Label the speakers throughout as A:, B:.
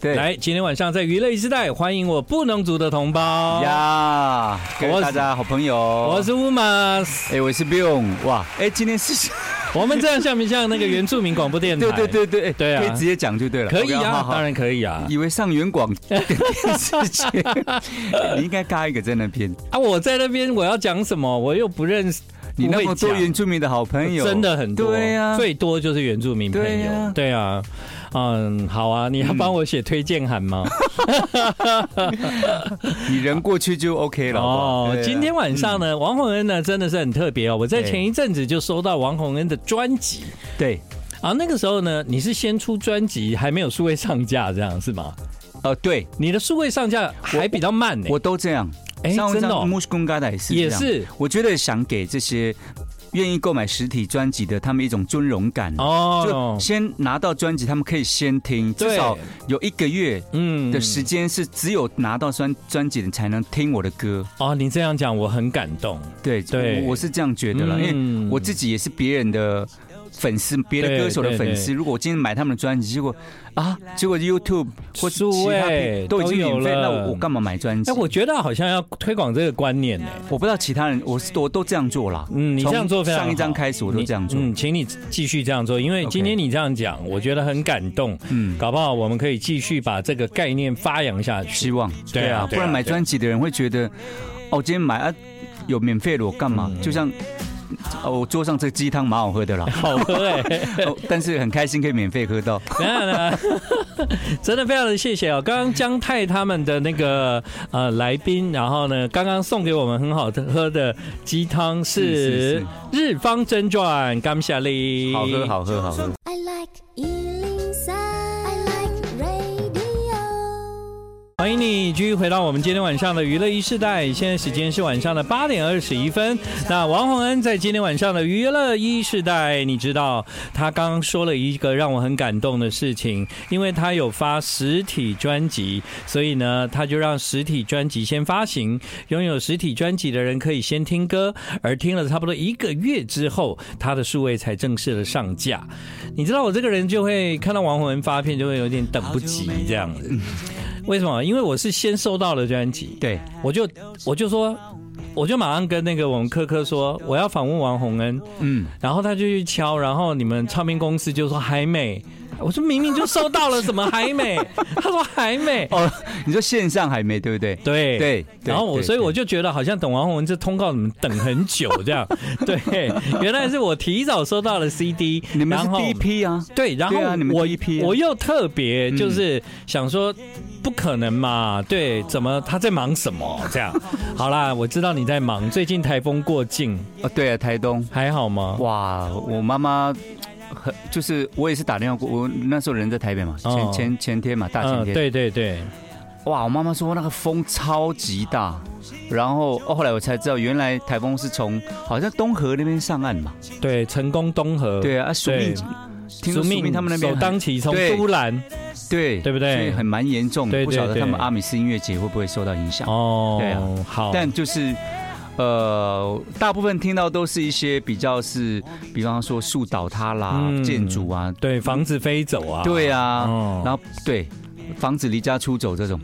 A: 对
B: 来，今天晚上在娱乐一时代，欢迎我不能族的同胞。
C: 呀，各
B: 我
C: 位
B: 是
C: 大家好朋友，
B: 哦我
C: 我
B: 是 Umas，
C: 哎，我是 Bill，哇，哎，今天是，
B: 我们这样像不像那个原住民广播电台？
C: 对对，对对，哎
B: 对啊
C: 可以直接讲就对了，
B: 可以
C: OK，好
B: 啊，
C: 好
B: 当然可以啊。
C: 以为上元广电视节 目， 你应该加一个在那边，
B: 啊，我在那边我要讲什么，我又不认识，
C: 你那么多
B: 不会讲
C: 原住民的好朋 友，
B: 真的很多，
C: 对啊呀，
B: 最多就是原住民朋
C: 对
B: 友
C: 呀，
B: 对啊，嗯，好啊，你要帮我写推荐函吗？
C: 嗯你人过去就 OK 了。好不好
B: 哦
C: 对，啊
B: 今天晚上呢，王洪恩呢真的是很特别哦，我在
C: 对
B: 前一阵子就收到王洪恩的专辑。
C: 对，
B: 啊，那个时候呢，你是先出专辑，还没有数位上架，这样是吗？
C: 呃，对
B: 你的数位上架还比较慢呢、
C: 我都这样，
B: 哎
C: 上一
B: 真的哦
C: 张 Mush 公嘎的也是这
B: 也
C: 样，
B: 是
C: 我觉得想给这些愿意购买实体专辑的他们一种尊荣感。
B: 哦
C: 就，先拿到专辑，他们可以先听，
B: 对
C: 至少有一个月
B: 嗯
C: 的时间是只有拿到专专辑的才能听我的歌。
B: 哦，你这样讲我很感动，
C: 对，
B: 对
C: 我我是这样觉得了，因
B: 嗯
C: 为我自己也是别人的粉丝，别的
B: 对
C: 歌手的
B: 对
C: 粉丝。
B: 对
C: 如果我今天买他们的专辑，结果啊，结果 YouTube 或
B: 数
C: 其他
B: 位
C: 平都已经
B: 都有
C: 免费，
B: 了
C: 那我我干嘛买专辑
B: 哎，？我觉得好像要推广这个观念呢、
C: 我不知道其他人，我是我都这样做啦。
B: 嗯，你这样做非
C: 啊从
B: 常好
C: 上一张开始我都
B: 你
C: 这样做。
B: 嗯，请你继续这样做，因为
C: OK
B: 今天你这样讲，我觉得很感动。
C: 嗯，
B: 搞不好我们可以继续把这个概念发扬下去
C: 希。望
B: 对啊对啊
C: 不然买专辑的人会觉得，哦，今天买啊有免费的我干
B: 嗯
C: 嘛？就像。哦，我桌上这鸡汤蛮好喝的啦、
B: 好喝哎、
C: 哦，但是很开心可以免费喝到。
B: 当然了，真的非常的谢谢哦。刚刚江太他们的那个呃来宾，然后呢，刚刚送给我们很好的喝的鸡汤是
C: 是是
B: 日方真传，感谢你，
C: 好喝，好喝，好喝。
D: I like Ealing Sound. I like radio.
B: 欢迎你继续回到我们今天晚上的娱乐一世代，现在时间是晚上的八点二十一分。那王洪恩在今天晚上的娱乐一世代，你知道他刚刚说了一个让我很感动的事情，因为他有发实体专辑，所以呢，他就让实体专辑先发行，拥有实体专辑的人可以先听歌，而听了差不多一个月之后，他的数位才正式的上架。你知道我这个人就会看到王洪恩发片，就会有点等不及这样子。为什么？因为我是先收到了专辑，
C: 对，
B: 我就我就说，我就马上跟那个我们科科说，我要访问王洪恩，
C: 嗯，
B: 然后他就去敲，然后你们唱片公司就说还没，我说明明就收到了，怎么还没？ 他说还没，
C: 哦，你说线上还没对不对？
B: 对。
C: 对，
B: 然后我，所以我就觉得好像等王洪文这通告怎么等很久这样，对，原来是我提早收到了 CD，
C: 你们
B: 然
C: 是
B: 后
C: 第一批啊，
B: 对，然后
C: 对啊你们
B: 我
C: 第一批啊嗯
B: 我又特别就是想说，不可能嘛，对，怎么他在忙什么这 样？好啦，我知道你在忙，最近台风过境，
C: 哦，对啊，台东，
B: 还好吗？
C: 哇，我妈妈很就是我也是打电话过，我那时候人在台北嘛，前、
B: 哦
C: 前前天嘛，大前
B: 嗯，
C: 天，
B: 对对对，
C: 哇，我妈妈说那个风超级大，然后哦，后来我才知道，原来台风是从好像东河那边上岸嘛。
B: 对，成功东河，
C: 对啊，啊署
B: 对
C: 名听说署名他们那边
B: 首
C: 很
B: 当其冲，
C: 对
B: 都兰
C: 对
B: 对不对
C: 所以很蛮严重的，
B: 对对
C: 不晓得
B: 对
C: 他们阿米斯音乐节会不会受到影响。
B: 哦，
C: 对啊
B: 好，
C: 但就是呃，大部分听到都是一些比较是，比方说树倒塌啦、
B: 嗯
C: 建筑啊，
B: 对房子飞走啊，
C: 对啊，
B: 哦
C: 然后对。房子离家出走这种，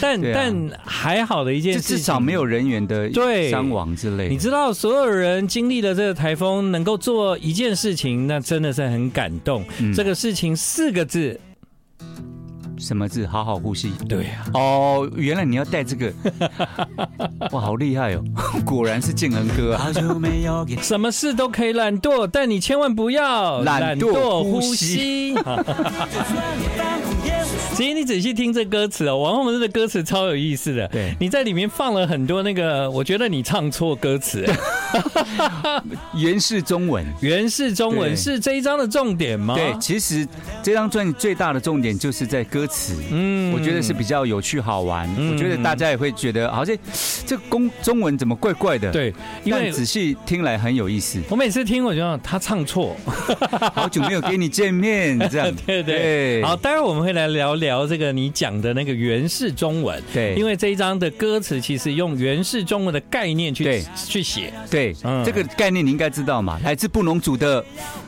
B: 但
C: 对啊
B: 但还好的一件
C: 这
B: 事情，
C: 至少没有人员的
B: 对
C: 伤亡之类的。
B: 你知道，所有人经历了这个台风，能够做一件事情，那真的是很感动。
C: 嗯
B: 这个事情四个字，
C: 什么字？好好呼吸。
B: 对呀、
C: 哦，原来你要带这 个，哇，好厉害哦！ 果然是建恒哥啊。
B: 什么事都可以懒惰，但你千万不要
C: 懒惰呼
B: 呼吸。 其实你仔细听这歌词哦，王洪志的歌词超有意思的。
C: 对
B: 你在里面放了很多那个，我觉得你唱错 歌词，
C: 原是中文。
B: 原是中文
C: 对
B: 是这一章的重点吗？
C: 对，其实这张专辑最大的重点就是在歌词，
B: 嗯
C: 我觉得是比较有趣好玩。
B: 嗯
C: 我觉得大家也会觉得好像这公中文怎么怪怪的，，
B: 对，因
C: 但
B: 为
C: 仔细听来很有意 思。
B: 我每次听我就想他唱错，
C: 好久没有跟你见面，这样
B: 对对。好，当然我们会来聊聊这个你讲的那个原式中文。
C: 对，
B: 因为这一章的歌词其实用原式中文的概念去
C: 对
B: 去写，
C: 对，
B: 嗯
C: 这个概念你应该知道嘛，来自布农族的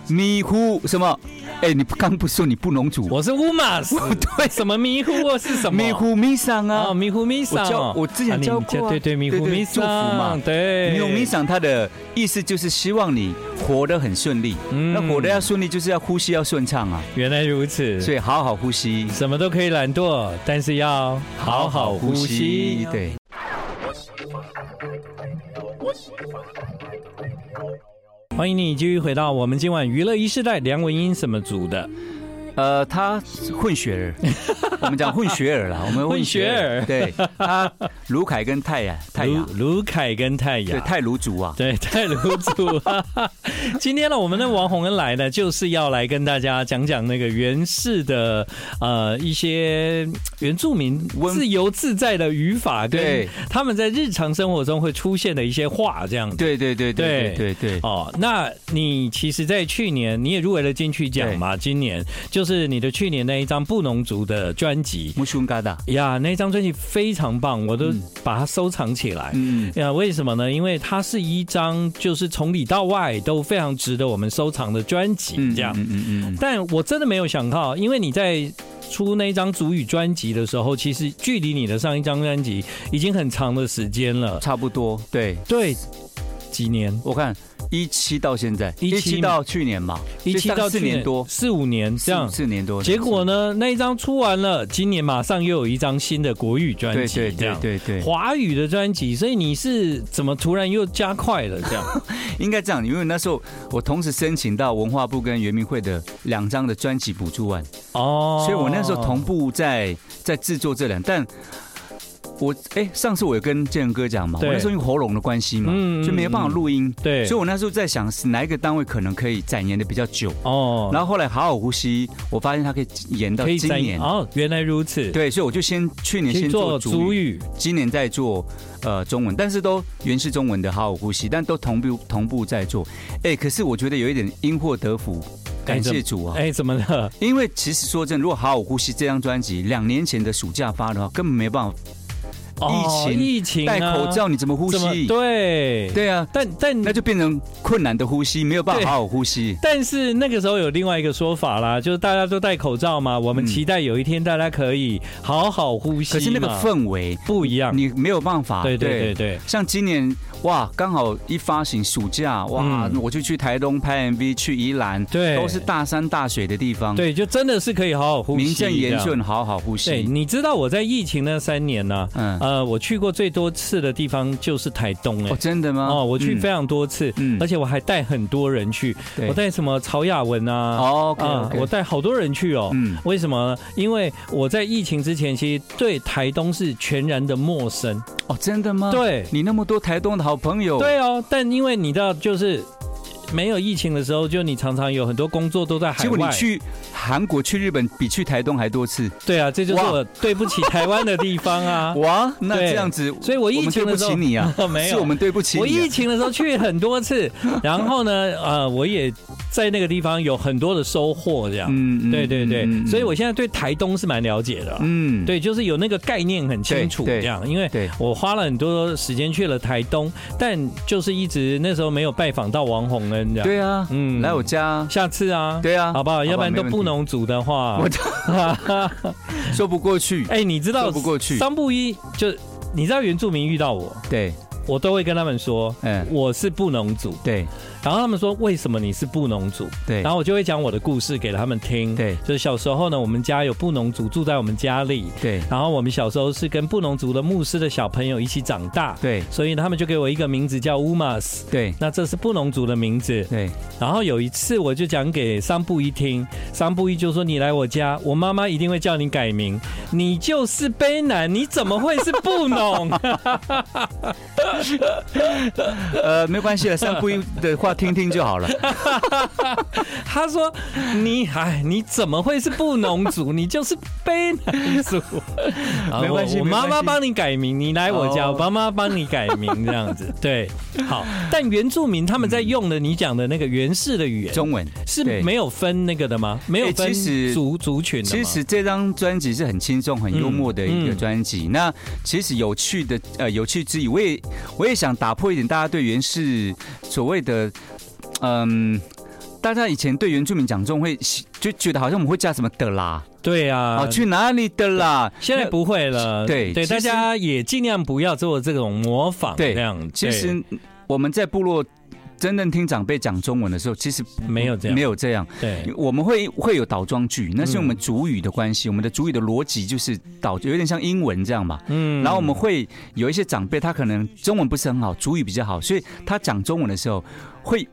C: 迷糊什么？哎，你刚不是说你布农族？
B: 我是乌马 斯，对，什么迷糊或是什么
C: 哦迷哦糊迷上
B: 啊，
C: 啊，
B: 迷糊迷桑
C: 我教
B: 哦，
C: 我之前教
B: 你
C: 过啊
B: 对对，迷糊
C: 对对
B: 迷
C: 祝福嘛
B: 桑，对，
C: 迷糊迷，上，它的意思就是希望你活得很顺利。
B: 嗯
C: 那活得要顺利，就是要呼吸要顺畅啊，
B: 原来如此，
C: 所以好好呼吸，
B: 什么都可以懒惰，但是要好好呼吸。
C: 对。
B: 欢迎你继续回到我们今晚娱乐一世代，梁文音什么组的？
C: 呃，他混 血儿，我们讲混血儿啦，我们混血儿，
B: 混
C: 对他卢凯跟泰雅泰
B: 卢
C: 雅，
B: 卢凯跟泰雅
C: 对。泰卢族啊，
B: 对，太卤煮哈哈。今天呢，我们的王洪恩来呢，就是要来跟大家讲讲那个原始的呃一些嗯原住民
C: 温
B: 自由自在的语法，跟
C: 对
B: 他们在日常生活中会出现的一些话，这样子。
C: 对对对对
B: 对
C: 对对对，
B: 哦，那你其实，在去年你也入围了金曲奖嘛？今年就是你的去年那一张布农族的专辑
C: 木熊嘎达，
B: 呀，那张专辑非常棒，我都
C: 嗯
B: 把它收藏起来。
C: 嗯，
B: 呀，为什么呢？因为它是一张就是从里到外都非常值得我们收藏的专辑，
C: 嗯
B: 这样。
C: 嗯嗯嗯嗯，
B: 但我真的没有想到，因为你在出那张主语专辑的时候，其实距离你的上一张专辑已经很长的时间了，
C: 差不多，对
B: 对，几年？
C: 我看一七到现在，
B: 17
C: 一七到去年嘛，
B: 一
C: 所
B: 七
C: 以
B: 到
C: 大概四
B: 去
C: 年多，
B: 四五年这样
C: 四。四年多，
B: 结果呢，那一张出完了，今年马上又有一张新的国语专
C: 对？
B: 辑，
C: 对
B: 这
C: 对
B: 样。
C: 对对对，
B: 华语的专辑，所以你是怎么突然又加快了这样？
C: 应该这样，因为那时候我同时申请到文化部跟圆明会的两张的专辑补助案，
B: 哦，
C: 所以我那时候同步在在制作这两，但我哎、上次我有跟建仁哥讲嘛，我
B: 对
C: 那时候因为喉咙的关系嘛，
B: 嗯嗯
C: 就没有办法录音，
B: 对，
C: 所以我那时候在想是哪一个单位可能可以展延的比较久，
B: 哦，
C: 然后后来好好呼吸，我发现它可以延到
B: 可以
C: 今
B: 在
C: 年。
B: 哦，原来如此，，
C: 对，所以我就先去年
B: 去
C: 先
B: 做
C: 做
B: 主
C: 主语，
B: 语，
C: 今年再做呃中文，但是都原是中文的好好呼吸，但都同步同步在做。哎，可是我觉得有一点因祸得福，感
B: 怎么
C: 谢主啊！
B: 哎，怎么了？
C: 因为其实说真的，如果《好好呼吸》这张专辑两年前的暑假发的话，根本没办法疫
B: 哦
C: 情
B: 疫情啊
C: 戴口罩，你怎么呼
B: 怎么
C: 吸？
B: 对，
C: 对啊，
B: 但但
C: 那就变成困难的呼吸，没有办
B: 对
C: 法好好呼吸。
B: 但是那个时候有另外一个说法啦，就是大家都戴口罩嘛，我们
C: 嗯
B: 期待有一天大家可以好好呼吸嘛，
C: 可是那个氛围，
B: 不一样，
C: 你没有办法。
B: 对对对对，
C: 像今年哇，刚好一发行暑假哇，
B: 嗯
C: 我就去台东拍 MV，去宜兰，
B: 对
C: 都是大山大水的地方，，
B: 对，就真的是可以好好呼吸，
C: 名正言。顺，好好呼
B: 对，
C: 吸。
B: 你知道我在疫情那三年呢、
C: 嗯，
B: 呃，我去过最多次的地方就是台东、哎、
C: 哦，真的吗？
B: 哦，我去
C: 嗯
B: 非常多次，
C: 嗯
B: 而且我还带很多人去，
C: 对
B: 我带什么曹雅文啊，
C: 哦
B: 啊，
C: ，OK，
B: 我带好多人去哦。
C: 嗯
B: 为什么呢？因为我在疫情之前，其实对台东是全然的陌生。
C: 哦，真的吗？，
B: 对，
C: 你那么多台东的好朋友，
B: 对哦。但因为你知道，就是没有疫情的时候，就你常常有很多工作都在海
C: 结果你
B: 外。
C: 去韩国、去日本比去台东还多次，
B: 对啊，这就是
C: 哇
B: 我对不起台湾的地方 啊。
C: 哇！那
B: 对
C: 这样子，
B: 所以我疫
C: 们
B: 情
C: 对
B: 的
C: 不
B: 时候，
C: 起你啊
B: 没有
C: 是我们对不起
B: 我
C: 你
B: 疫
C: 啊。
B: 情的时候去很多次，然后呢，呃，我也在那个地方有很多的收获，这样。
C: 嗯
B: 对对对，
C: 嗯嗯
B: 所以我现在对台东是蛮了解的啊、
C: 嗯，
B: 对，就是有那个概念很清楚
C: 对
B: 这
C: 对
B: 样，因为
C: 对
B: 我花了很多时间去了台东，但就是一直那时候没有拜访到王洪恩这样。
C: 对啊，
B: 嗯
C: 来我家，
B: 下次啊，
C: 对啊，
B: 好不好？要不然
C: 没
B: 都
C: 问
B: 不
C: 题
B: 能组的话，
C: 我说不过去。
B: 哎，你知道
C: 说不过去
B: 桑布一就你知道原住民遇到我，
C: 对，
B: 我都会跟他们说
C: 嗯，
B: 我是布农族，
C: 对，
B: 然后他们说为什么你是布农族？
C: 对
B: 然后我就会讲我的故事给他们听。
C: 对
B: 就是小时候呢，我们家有布农族住在我们家里，
C: 对
B: 然后我们小时候是跟布农族的牧师的小朋友一起长大，
C: 对
B: 所以他们就给我一个名字叫乌马斯。
C: 对
B: 那这是布农族的名字。
C: 对
B: 然后有一次我就讲给桑布一听，桑布一就说：“你来我家，我妈妈一定会叫你改名，你就是卑南，你怎么会是布农？”
C: 呃，没关系了，三不一的话听听就好 了。
B: 他说：“你哎，你怎么会是布农族？你就是卑南族。 然后我”
C: 没关系
B: 我
C: 没关系
B: 妈妈帮你改名，你来我家，
C: 哦
B: 我妈妈帮你改名，这样子对。好，但原住民他们在用的你讲的那个原始的语言，
C: 中文
B: 是
C: 对
B: 没有分那个的吗？没有
C: 哎
B: 分
C: 其实
B: 族族群的吗？
C: 其实这张专辑是很轻松、很幽默的一个专辑。
B: 嗯
C: 那其实有趣的，呃，有趣之余，我也我也想打破一点大家对原氏所谓的，嗯，大家以前对原住民讲中会就觉得好像我们会叫什么的啦，
B: 对
C: 哦、
B: 啊，
C: 去哪里的啦？
B: 现在不会了。
C: 对
B: 对，
C: 其
B: 大
C: 实
B: 家也尽量不要做这种模仿，
C: 对
B: 这样。
C: 其
B: 对
C: 实我们在部落真正听长辈讲中文的时候，其实
B: 没呃有这样，
C: 没有这样。
B: 对嗯
C: 我们会会有倒装句，那是我们主语的关系，我们的主语的逻辑就是倒，有点像英文这样嘛。
B: 嗯
C: 然后我们会有一些长辈，他可能中文不是很好，主语比较好，所以他讲中文的时候会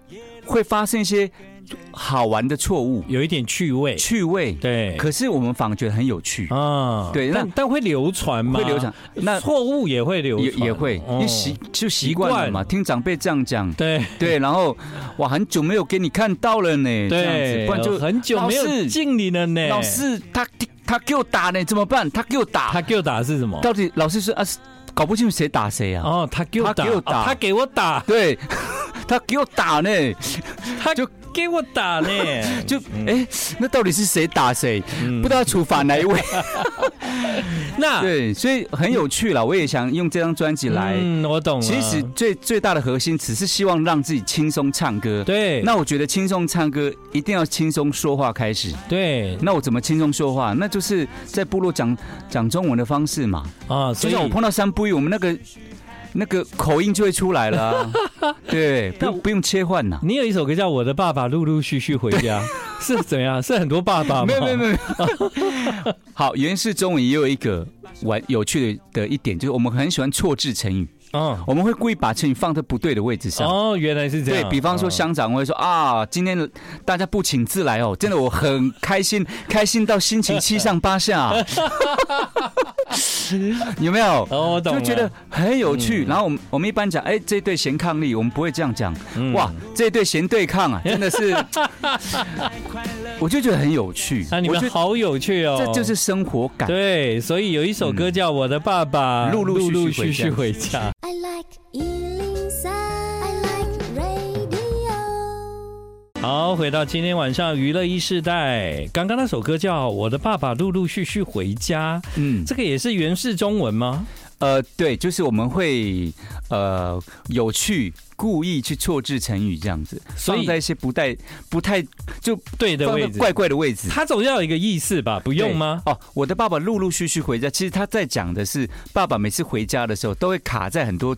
C: 会发生一些好玩的错误、
B: 嗯有一点趣味，
C: 趣味。
B: 对，
C: 可是我们反而觉得很有趣，
B: 啊
C: 对那
B: 但但会流传吗？
C: 会流传。那
B: 错误也会流
C: 也
B: 传，
C: 也会，
B: 哦
C: 因为习就习惯了嘛，听长辈这样讲。
B: 对
C: 对，然后哇，很久没有给你看到了呢，这样
B: 对，
C: 子，不然就
B: 很久没
C: 老
B: 有
C: 师
B: 敬你了呢。
C: 老师他他给我打呢，怎么办？他给我打，
B: 他给我打是什么？
C: 到底老师说啊，是搞不清楚谁打谁啊？
B: 哦，他给我
C: 他
B: 打，
C: 给我
B: 哦
C: 打
B: 他给 我打，
C: 对，他给我打呢，
B: 他
C: 就
B: 给我打呢，
C: 就哎、那到底是谁打谁？
B: 嗯
C: 不知道处罚哪一 位？
B: 那
C: 对，所以很有趣了。我也想用这张专辑来，
B: 嗯，我懂了。
C: 其实最最大的核心只是希望让自己轻松唱歌。
B: 对，
C: 那我觉得轻松唱歌一定要轻松说话开始。
B: 对
C: 那我怎么轻松说话？那就是在部落讲讲中文的方式嘛。
B: 啊，
C: 就
B: 所以
C: 像我碰到三不一，我们那个那个口音就会出来了 啊、对，不用不用切换呐。
B: 你有一首歌叫《我的爸爸陆陆续续回家》， 是怎样？是很多爸爸吗？
C: 没有没有没有。 好，原始中文也有一个玩有趣的的一点，就是我们很喜欢错字成语，
B: 嗯，
C: 我们会故意把成语放在不对的位置上。
B: 哦，原来是这
C: 对
B: 样。
C: 比方说，
B: 哦
C: 乡长会说啊，今天大家不请自来哦，真的我很开心， 开心到心情七上八下，啊 有没有？
B: 哦，我懂
C: 就
B: 了，嗯
C: 觉得很有趣。然后我们我们一般讲，哎，这对贤伉俪，我们不会这样讲。
B: 嗯
C: 哇，这对贤对抗 啊，真的是，我就觉得很有趣。
B: 那你
C: 我觉
B: 们
C: 得
B: 好有趣哦，
C: 这就是生活感。
B: 对，所以有一首歌叫《我的爸爸
C: 嗯陆陆续续
B: 续回家》。
D: I like Ealing Sound. I like radio.
B: 好，回到今天晚上娱乐一世代，刚刚那首歌叫《我的爸爸陆陆续续回家》，
C: 嗯，
B: 这个也是原式中文吗？
C: 呃，对，就是我们会呃有趣，故意去错置成语这样子，
B: 所以
C: 放在一些不太不太
B: 对的
C: 放
B: 位
C: 在
B: 置，
C: 怪怪的位置。
B: 他总要有一个意思吧？不用吗？
C: 哦，我的爸爸陆陆续续回家。其实他在讲的是，爸爸每次回家的时候都会卡在很多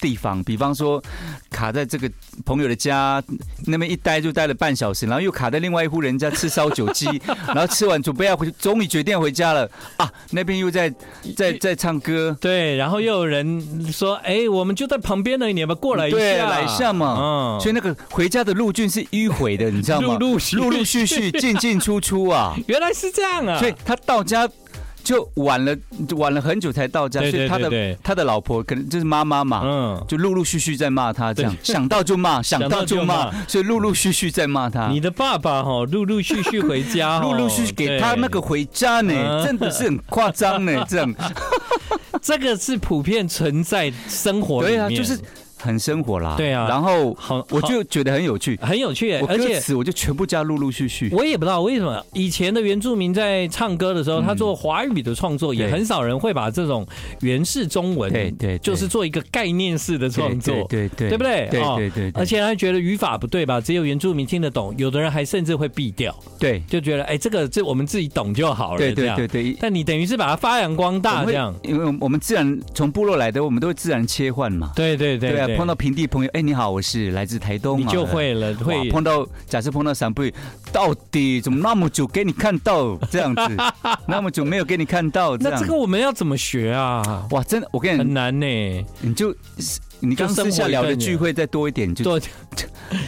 C: 地方，比方说卡在这个朋友的家那边一待就待了半小时，然后又卡在另外一户人家吃烧酒 鸡，然后吃完准备要回，终于决定要回家了啊，那边又在在在唱歌，
B: 对，然后又有人说：“哎，我们就在旁边呢，你要不要过来一下？”
C: 对，来一下嘛。
B: 嗯
C: 所以那个回家的路径是迂回的，你知道吗？
B: 陆陆续续
C: 陆陆续续进进出出啊。
B: 原来是这样啊！
C: 所以他到家就晚了，晚了很久才到家，
B: 对
C: 所
B: 对
C: 以他
B: 对
C: 的
B: 对，
C: 他的老婆可能就是妈妈嘛，
B: 嗯，
C: 就陆陆续续在骂他，这样
B: 对
C: 想到就骂，想到就
B: 想到
C: 骂
B: 就，
C: 所以陆陆续续在骂他
B: 你。的爸爸哈、哦，陆陆续续回家、哦，
C: 陆陆续续给他
B: 对
C: 那个回家
B: 嗯
C: 呢，真的是很夸张呢，这样
B: 这个是普遍存在生活里
C: 对
B: 面，
C: 啊，就是很生活啦。
B: 对啊
C: 然后
B: 好，
C: 我
B: 好
C: 就觉得很有趣，
B: 很有趣耶，
C: 我
B: 而
C: 歌
B: 且
C: 词我就全部加陆陆续续。
B: 我也不知道为什么以前的原住民在唱歌的时候，他做华语的创作，
C: 嗯
B: 也
C: 对
B: 很少人会把这种原式中文，
C: 对对对
B: 就是做一个概念式的创作，
C: 对对
B: 对不对
C: 对
B: 哦
C: 对对，对
B: 而且他觉得语法不对吧，只有原住民听得懂，有的人还甚至会避掉，
C: 对
B: 就觉得哎，这个这我们自己懂就好了，
C: 对
B: 这
C: 对
B: 样
C: 对对，
B: 但你等于是把它发扬光
C: 我
B: 大
C: 们会
B: 这样，
C: 因为我们自然从部落来的，我们都会自然切换嘛。
B: 对对对
C: 对啊，
B: 对
C: 碰到平地朋友，哎，你好，我是来自台东啊，
B: 你就会了，
C: 哇
B: 会
C: 碰到，假设碰到散步，到底怎么那么久给你看到这 样子，那么久没有给你看到这
B: 那
C: 样
B: 这，个我们要怎么学啊？
C: 哇，真的，我跟你
B: 很
C: 讲，
B: 难呢、
C: 你就你刚
B: 就生活
C: 私下聊
B: 一
C: 的
B: 阵子
C: 聚会再多一点，就
B: 对，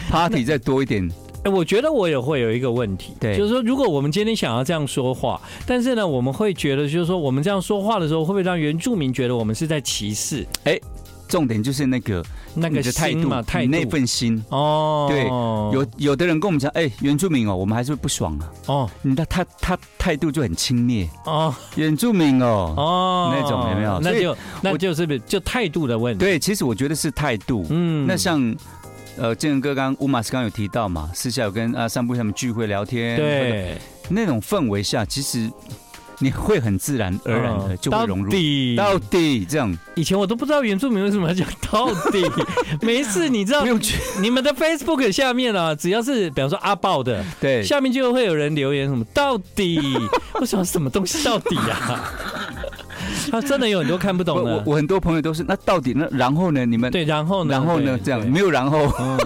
C: party 再多一点，
B: 哎我觉得我也会有一个问题，
C: 对
B: 就是说，如果我们今天想要这样说话，但是呢，我们会觉得，就是说，我们这样说话的时候，会不会让原住民觉得我们是在歧视
C: 重点就是那个
B: 那个
C: 你的态
B: 心
C: 度
B: 嘛？态
C: 你那
B: 度
C: 份心。
B: 哦，
C: 对
B: 有
C: 有有的人跟我们讲，哎、原住民哦，我们还是会不爽啊。
B: 哦
C: 你他他他态度就很轻蔑，
B: 哦
C: 原住民哦。
B: 哦
C: 那种有没有
B: 那
C: 所以
B: 就那就是不是就态度的问题。，
C: 对，其实我觉得是态度。
B: 嗯
C: 那像呃，建仁哥刚乌马斯刚有提到嘛，私下有跟啊散步他们聚会聊天，或者
B: 对，
C: 那种氛围下，其实你会很自然而然的
B: 嗯
C: 就会融入
B: 到。底
C: 到底这样
B: 以前我都不知道原住民为什么要叫到 底，没事，你知道
C: 不用去
B: 你们的 Facebook 下面啊，只要是比方说阿豹的，
C: 对，
B: 下面就会有人留言什么到 底，我想什么东西到底啊？他真的有很多看不
C: 我
B: 懂
C: 我
B: 的。
C: 我很多朋友都是那到底那然后呢？你们
B: 对，然后呢？
C: 然后呢？
B: 对
C: 这样
B: 对
C: 没有然后，
B: 嗯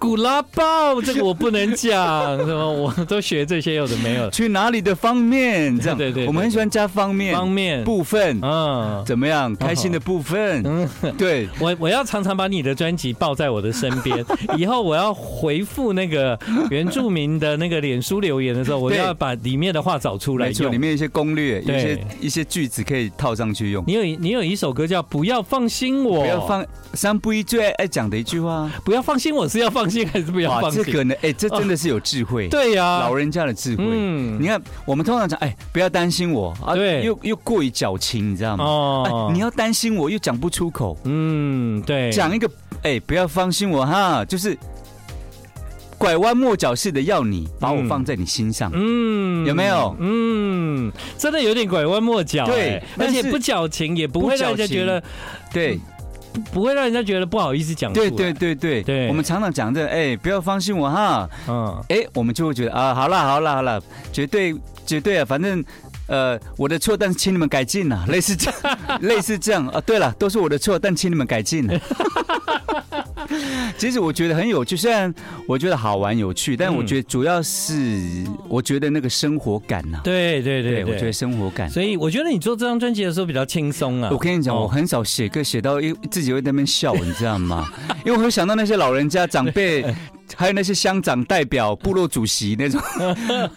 B: 古拉豹这个我不能讲，什么我都学这些有的没有的
C: 去哪里的方面这样？
B: 对对对对
C: 我们很喜欢加方面
B: 方面，
C: 部分，
B: 嗯
C: 怎么样？开心的部分，
B: 嗯，
C: 对，
B: 我我要常常把你的专辑抱在我的身 边，以后我要回复那个原住民的那个脸书留言的时候，我
C: 对
B: 要把里面的话找出来
C: 没错，
B: 用
C: 里。面有一些攻略，有
B: 对
C: 一些一些句子可以套上去用。
B: 你有一你有一首歌叫《不要放心我》，
C: 不要放三不一最爱爱讲的一句话，
B: 不要放心我是要放心还是不要
C: 哇，
B: 放
C: 这
B: 心？
C: 个呢，哎，这真的是有智慧，
B: 对呀、
C: 老人家的智慧。
B: 嗯
C: 你看，我们通常讲，哎，不要担心我啊，
B: 对
C: 又又过于矫情，你知道吗？
B: 哦
C: 哎，你要担心我又讲不出口，
B: 嗯对
C: 讲一个，哎，不要放心我哈，就是拐弯抹角似的要你把我
B: 嗯
C: 放在你心上，
B: 嗯
C: 有没有
B: 嗯，真的有点拐弯抹角、
C: 对
B: 哎而
C: 但是
B: 且不矫情，也不会让人家觉得嗯
C: 对。
B: 不不会让人家觉得不好意思讲出来。
C: 对对对对，
B: 对
C: 我们常常讲这，哎、不要放心我哈，
B: 嗯
C: 哎、我们就会觉得啊，好啦好啦好啦，绝对绝对啊，反正。呃，我的错，但是请你们改进呐、 类似这 样，类似这样啊。对了，都是我的错，但请你们改进、啊。其实我觉得很有趣，虽然我觉得好玩有趣，但我觉
B: 嗯
C: 得主要是我觉得那个生活感呐、
B: 对对对
C: 我觉得生活感。
B: 所以我觉得你做这张专辑的时候比较轻松啊。
C: 我跟你讲，
B: 哦
C: 我很少写歌写到一自己会在那边笑，你知道 吗？因为我会想到那些老人家、长辈，还有那些乡长代表、部落主席 那种。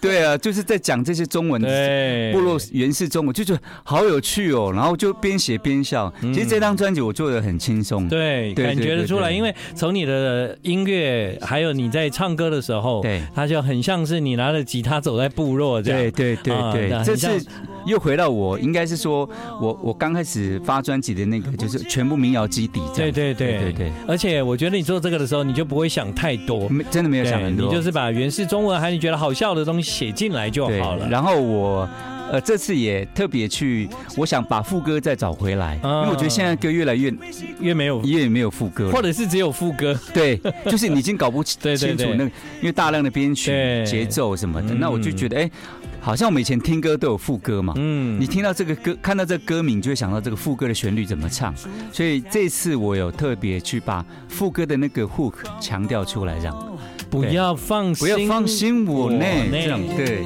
C: 对啊，就是在讲这些中文，
B: 对
C: 部落原始中文，就觉得好有趣哦。然后就边写边笑。其实这张专辑我做的很轻松。
B: 嗯对，
C: 对
B: 感觉得
C: 对
B: 出来，
C: 对
B: 因为从你的音乐，还有你在唱歌的时候，
C: 对
B: 它就很像是你拿着吉他走在部落这样。
C: 对对对
B: 啊
C: 对，
B: 那很
C: 这
B: 像
C: 次又回到我，应该是说我我刚开始发专辑的那个，就是全部民谣基底这
B: 对
C: 样。
B: 对对
C: 对对
B: 而且我觉得你做这个的时候，你就不会想太多，
C: 没真的没有
B: 对
C: 想很多，
B: 你就是把原始中文还有你觉得好笑的东西写进来就
C: 对，
B: 好了。
C: 然后我呃这次也特别去，我想把副歌再找回来，
B: 啊
C: 因为我觉得现在歌越来越
B: 越没有，
C: 越没有副歌了，
B: 或者 是只有副歌。
C: 对，就是你已经搞不
B: 对
C: 清
B: 对
C: 清楚
B: 对
C: 那个，因为大量的编曲
B: 对、
C: 节奏什么的，
B: 嗯
C: 那我就觉得哎，好像我们以前听歌都有副歌嘛。
B: 嗯
C: 你听到这个歌，看到这个歌名，就会想到这个副歌的旋律怎么唱。所以这次我有特别去把副歌的那个 hook 强调出来，这样
B: 不
C: 对
B: 要放
C: 不
B: 心，
C: 要放心我呢
B: 哦我，呢
C: 这样对。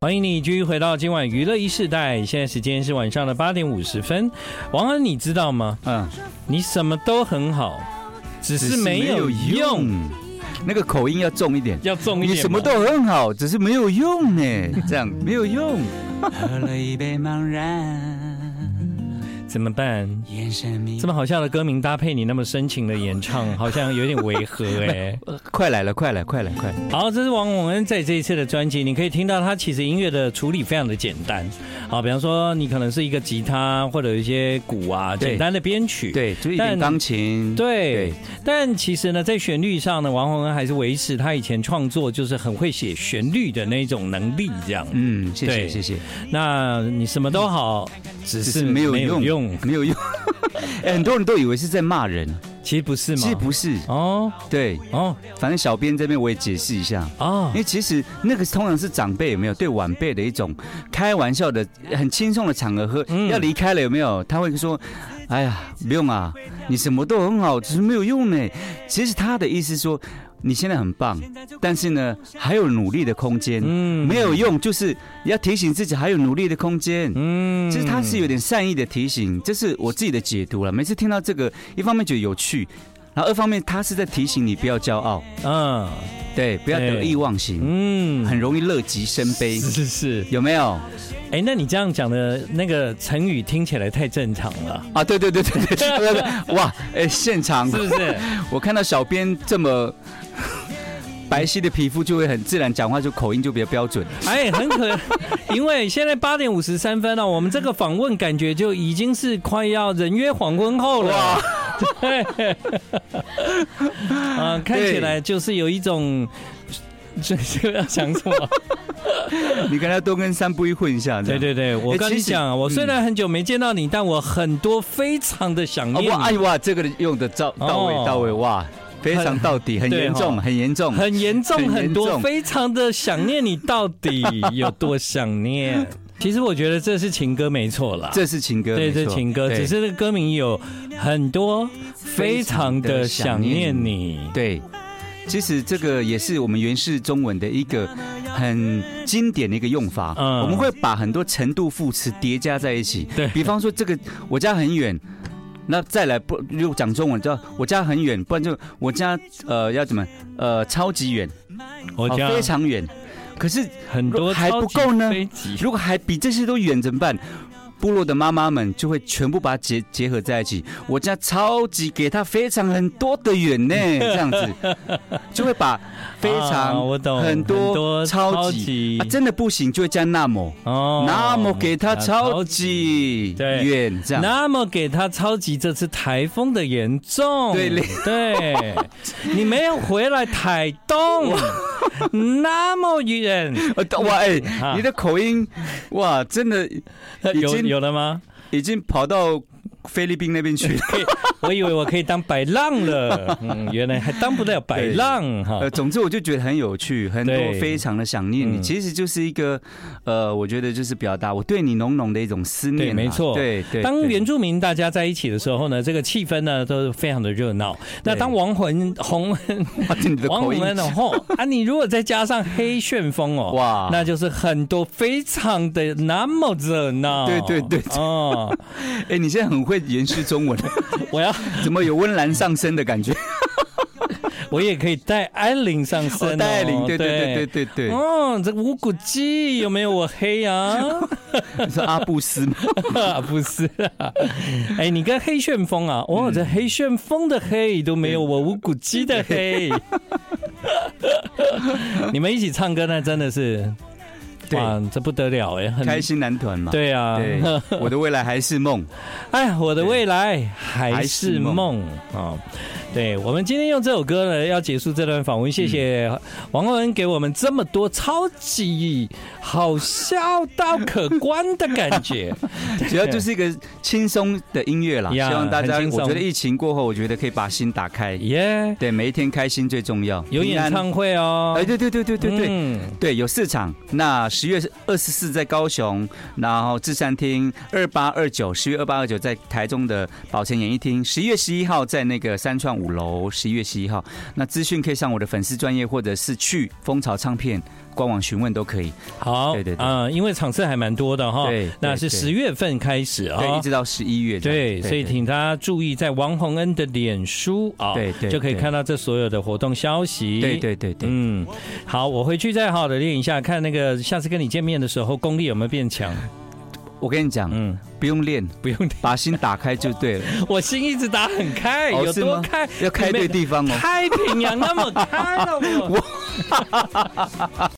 B: 欢迎你继续回到今晚娱乐一世代，现在时间是晚上的八点五十分。王安，你知道吗？
C: 嗯，
B: 你什么都很好，只
C: 只
B: 是没有用，。
C: 那个口音要重一点，
B: 要重一点
C: 你
B: 嘛。
C: 什么都很好，只是没有用呢。这样没有用。喝了一杯茫然，
B: 怎么办？
C: 眼神迷
B: 这么好笑的歌名搭配你那么深情的演唱，好像有点违和哎、
C: 快来了，快来，快来，快来！
B: 好，这是王永恩在这一次的专辑，你可以听到他其实音乐的处理非常的简单。好，比方说你可能是一个吉他或者一些鼓啊，
C: 对
B: 简单的编曲。。
C: 对，就一
B: 但
C: 点钢琴。
B: 对
C: 对，
B: 但其实呢，在旋律上呢，王洪恩还是维持他以前创作就是很会写旋律的那种能力，这样。
C: 嗯，谢
B: 对
C: 谢，谢谢。
B: 那你什么都好，只
C: 只
B: 是
C: 是没有用，没有用。哎很多人都以为是在骂人，
B: 其实不是嘛，
C: 其实不是，
B: 哦
C: 对，
B: 哦
C: 反正小编这边我也解释一下。
B: 哦
C: 因为其实那个通常是长辈有没有对晚辈的一种开玩笑的、很轻松的场合喝，
B: 嗯
C: 要离开了有没有？他会说：“哎呀，不用啊，你什么都很好，只是没有用呢。”其实他的意思说，你现在很棒，但是呢，还有努力的空间，
B: 嗯
C: 没有用，就是要提醒自己还有努力的空间。
B: 嗯
C: 其实他是有点善意的提醒，这是我自己的解读了。每次听到这个，一方面觉得有趣，然后二方面他是在提醒你不要骄傲，
B: 嗯
C: 对，不要得意忘形。
B: 嗯
C: 很容易乐极生悲，
B: 是是是，
C: 有没有？
B: 哎，那你这样讲的那个成语听起来太正常了，
C: 啊，对对对对 对对对，哇，哎、现场
B: 是不 是？
C: 我看到小编这么 白皙的皮肤，就会很自然讲话，就口音就比较标 准。
B: 哎，很可，因为现在八点五十三分了、我们这个访问感觉就已经是快要人约黄昏后了。对， 啊、看起来就是有一种，这这个要想什么？
C: 你跟他多跟三不一混一下，这
B: 对
C: 样。
B: 对对，我
C: 哎
B: 跟你
C: 其实
B: 讲，我虽然很久没见到你，但我很多非常的想
C: 啊，
B: 念
C: 哇，哎
B: 你，
C: 哇，这个用的到到
B: 哦
C: 位到位，哇，非常到底，很
B: 对
C: 严重，
B: 哈
C: 很严 重。
B: 很严重，
C: 很严
B: 很多
C: 重
B: 非常的想念你，到底有多 想念？其实我觉得这是情歌没错啦，
C: 这是情歌，
B: 对，
C: 没
B: 这
C: 错
B: 情歌，
C: 对
B: 只是这个歌名有很多非常的想念你。
C: 对。其实这个也是我们原始中文的一个很经典的一个用法，
B: 嗯
C: 我们会把很多程度副词叠加在一起。
B: 对
C: 比方说这个我家很远，那再来不又讲中文叫我家很远，不然就我家呃要怎么呃超级远，
B: 我
C: 哦
B: 讲
C: 非常远。可是
B: 很多
C: 还不
B: 超
C: 够
B: 级
C: 呢
B: 飞机
C: 如果还比这些都远怎么办？部落的妈妈们就会全部把它结结合在一起。我家超级给他非常很多的远 呢，这样子就会把非
B: 啊
C: 常
B: 我懂
C: 很多
B: 超
C: 超级
B: 级
C: 啊真的不行就会加那么
B: 哦
C: 那
B: 啊
C: 么给他超
B: 超
C: 级
B: 级对
C: 远这样。
B: 那么给他超级这次台风的严重，
C: 对嘞
B: 对，你没有回来台东，那么远，
C: 呃哇哎
B: 啊，
C: 你的口音哇，真的已
B: 有
C: 经
B: 有了吗？
C: 已经跑到菲律宾那边去了。
B: 可以，我以为我可以当白浪了，嗯，原来还当不了白浪哈
C: 呃，。总之我就觉得很有趣，很多
B: 哦对
C: 非常的想念你，
B: 嗯
C: 其实就是一个，呃，我觉得就是表达我对你浓浓的一种思念
B: 对
C: 啊，
B: 没错
C: 对对。
B: 当
C: 对
B: 原住民大家在一起的时候呢，这个气氛呢都是非常的热闹。那
C: 对
B: 当亡魂红
C: 哇啊你的
B: 亡
C: 口音
B: 魂的后 啊，你如果再加上黑旋风哦，
C: 哇
B: 那就是很多非常的那么热闹。
C: 对对对
B: 哦，
C: 哎，你现在很会延续中文，
B: 我要
C: 怎么有温岚上升的感觉？
B: 我也可以带安铃上身、哦，
C: 带领，对对对对对对，
B: 哦，这无骨鸡有没有我黑啊？
C: 是阿布斯吗？
B: 不是啊，哎、你跟黑旋风啊，
C: 嗯
B: 哦，这黑旋风的黑都没有我无骨鸡的 黑。你们一起唱歌那真的是，
C: 对，
B: 哇，这不得了哎，很
C: 开。心男团嘛。
B: 对啊，
C: 对，我的未来还是梦。
B: 哎，我的未来还是梦啊、哦！对我们今天用这首歌呢，要结束这段访问。谢谢王宏恩给我们这么多超级好笑到可观的感 觉。
C: 主要就是一个轻松的音乐啦，希
B: 呀
C: 望大家，
B: 很轻松
C: 我觉得疫情过后，我觉得可以把心打开，
B: 耶、
C: 对，每一天开心最重要。
B: 有演
C: 平安
B: 唱会哦！
C: 哎，对对对对对对，
B: 嗯
C: 对，有四场。那十月二十四在高雄，然后至善厅；二八二九，十月二八二九在台中的宝城演艺厅；十一月十一号在那个三创五楼。十一月十一号，那资讯可以上我的粉丝专业，或者是去蜂巢唱片官网询问都可以。
B: 好，
C: 对对对
B: 啊、因为场次还蛮多的哈，
C: 对对
B: 那是
C: 对
B: 十月份开始啊、
C: 对，一直到十一月这样。
B: 对，所以请大家注意，在王洪恩的脸书啊、
C: 对对
B: 就可以
C: 对
B: 看到这所有的活动消息。
C: 对对对对，
B: 嗯，好，我回去再好好的练一下，看那个下次跟你见面的时候功力有没有变强。
C: 我跟你讲，
B: 嗯，
C: 不用练，
B: 不用，
C: 把心打开就对了。
B: 我心一直打很开，
C: 哦
B: 有
C: 是
B: 多
C: 吗
B: 开？
C: 哦要开对地方哦。
B: 太平洋那么开了我。